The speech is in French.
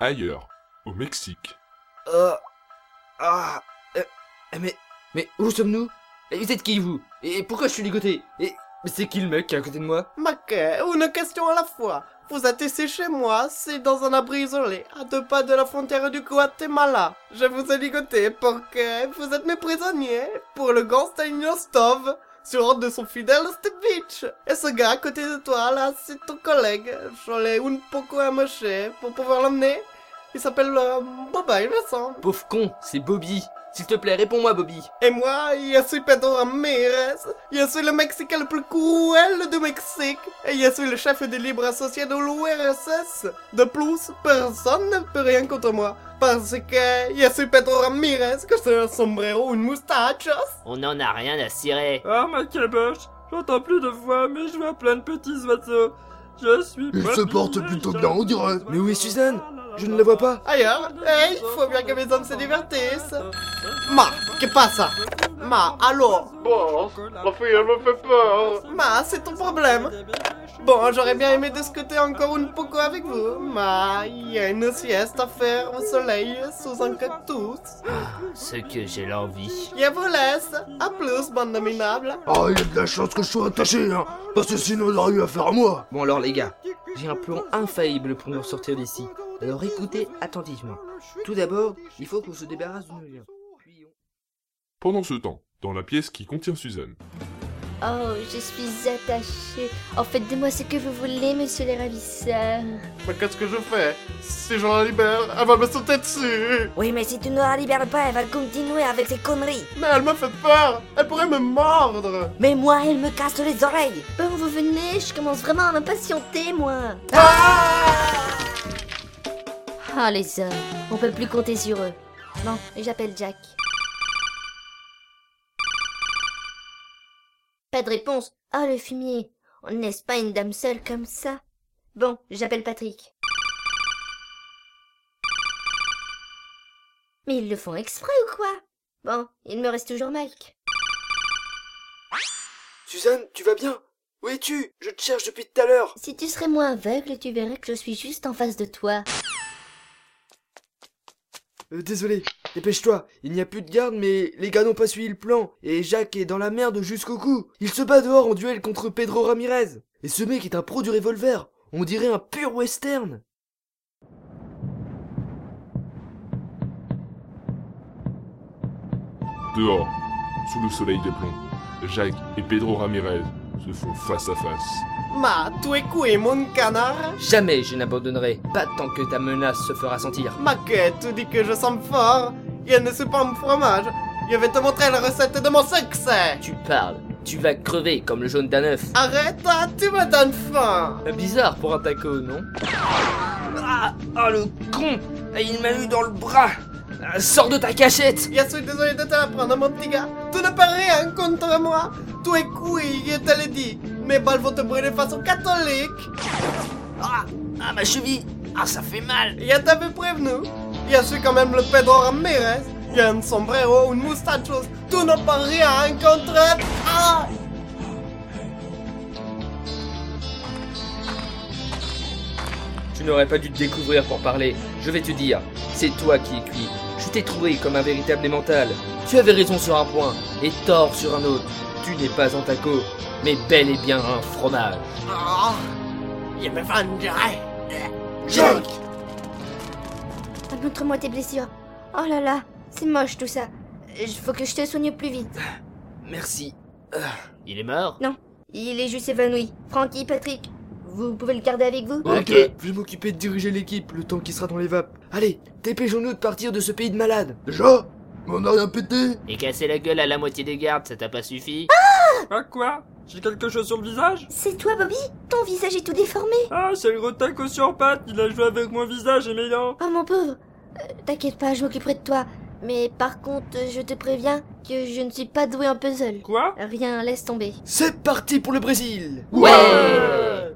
ailleurs, au Mexique. Euh, Ah euh, Mais. Mais où sommes-nous Et Vous êtes qui vous Et pourquoi je suis ligoté Et. mais C'est qui le mec qui est à côté de moi Maquet, une question à la fois. Vous êtes ici chez moi, c'est dans un abri isolé, à deux pas de la frontière du Guatemala. Je vous ai ligoté pour que vous êtes mes prisonniers pour le gant Stanislov, sur ordre de son fidèle Stevich. Et ce gars à côté de toi, là, c'est ton collègue. Je l'ai un poco amoché pour pouvoir l'emmener. Il s'appelle euh, Boba, il me semble. Pauvre con, c'est Bobby. S'il te plaît, réponds-moi, Bobby. Et moi, je suis Pedro Ramirez. Je suis le Mexicain le plus cruel du Mexique. Et je suis le chef des libres associés de l'URSS. De plus, personne ne peut rien contre moi. Parce que je suis Pedro Ramirez, que c'est un sombrero ou une moustache. On n'en a rien à cirer. Ah, ma caboche J'entends plus de voix, mais je vois plein de petits oiseaux. Je suis Il se porte plutôt bien, on dirait. Mais où est Suzanne Je ne la vois pas. Ah, Ailleurs, hey, il faut bien que mes hommes se divertissent. Ma, que pasa? Ma, allô? Bon, la fille, elle me fait peur. Ma, c'est ton problème. Bon, j'aurais bien aimé discuter encore une poco avec vous. Ma, il y a une sieste à faire au soleil sous un cactus. Ah, Ce que j'ai l'envie. Je vous laisse. À plus, bande minable. Ah, il y a de la chance que je sois attaché, hein, parce que sinon il aurait eu affaire à moi. Bon alors les gars, j'ai un plan infaillible pour nous sortir d'ici. Alors écoutez attentivement. Tout d'abord, il faut qu'on se débarrasse de nos liens. Puis on- Pendant ce temps, dans la pièce qui contient Suzanne, Oh, je suis attachée. En fait, de moi ce que vous voulez, monsieur les ravisseurs. Mais qu'est-ce que je fais Si je la libère, elle va me sauter dessus. Oui, mais si tu ne la libères pas, elle va continuer avec ses conneries. Mais elle me fait peur. Elle pourrait me mordre. Mais moi, elle me casse les oreilles. Bon, vous venez, je commence vraiment à m'impatienter, moi. Ah, les hommes, on peut plus compter sur eux. Bon, j'appelle Jack. Pas de réponse. Ah, le fumier. On n'est pas une dame seule comme ça. Bon, j'appelle Patrick. Mais ils le font exprès ou quoi Bon, il me reste toujours Mike. Suzanne, tu vas bien Où es-tu Je te cherche depuis tout à l'heure. Si tu serais moins aveugle, tu verrais que je suis juste en face de toi. Euh, désolé, dépêche-toi. Il n'y a plus de garde, mais les gars n'ont pas suivi le plan. Et Jacques est dans la merde jusqu'au cou. Il se bat dehors en duel contre Pedro Ramirez. Et ce mec est un pro du revolver. On dirait un pur western. dehors, sous le soleil des plombs, Jacques et Pedro Ramirez se font face à face. Ma, tu es coué, mon canard. Jamais je n'abandonnerai, pas tant que ta menace se fera sentir. Maquette, tu dis que je sens fort. Je ne suis pas un fromage. Je vais te montrer la recette de mon succès. Tu parles. Tu vas crever comme le jaune d'un œuf. Arrête, ah, tu me donnes faim. Bizarre pour un taco, non oh, Ah, ah, le con Ah, Il m'a eu dans le bras Ah, Sors de ta cachette Je suis désolé de te la prendre, mon petit gars. Tu ne peux rien contre moi. Tu es couille, je te l'ai dit. Mes balles vont te brûler façon catholique. Ah, ma cheville Ah, ça fait mal Je t'avais prévenu. Je suis quand même le Pedro Ramirez. Il y a un sombrero, une moustache. Tu ne peux rien contre... Ah Tu n'aurais pas dû te découvrir pour parler. Je vais te dire, c'est toi qui es cuit. Je t'ai trouvé comme un véritable mental. Tu avais raison sur un point et tort sur un autre. Tu n'es pas un taco, mais bel et bien un fromage. Ah Je me vengerai. Jacques Ah, Montre-moi tes blessures. Oh là là, c'est moche tout ça. Il faut que je te soigne plus vite. Merci. Il est mort Il est juste évanoui. Frankie, Patrick, vous pouvez le garder avec vous Ok. Je vais m'occuper de diriger l'équipe le temps qu'il sera dans les vapes. Allez, dépêchons-nous de partir de ce pays de malades. Déjà Mais on a rien pété Et casser la gueule à la moitié des gardes, ça t'a pas suffi Ah, quoi J'ai quelque chose sur le visage C'est toi, Bobby Ton visage est tout déformé. Ah, c'est le gros taco sur pattes Il a joué avec mon visage et mes dents Oh mon pauvre. Euh, T'inquiète pas, je m'occuperai de toi. Mais par contre, je te préviens que je ne suis pas doué en puzzle. Quoi Rien, laisse tomber. C'est parti pour le Brésil Ouais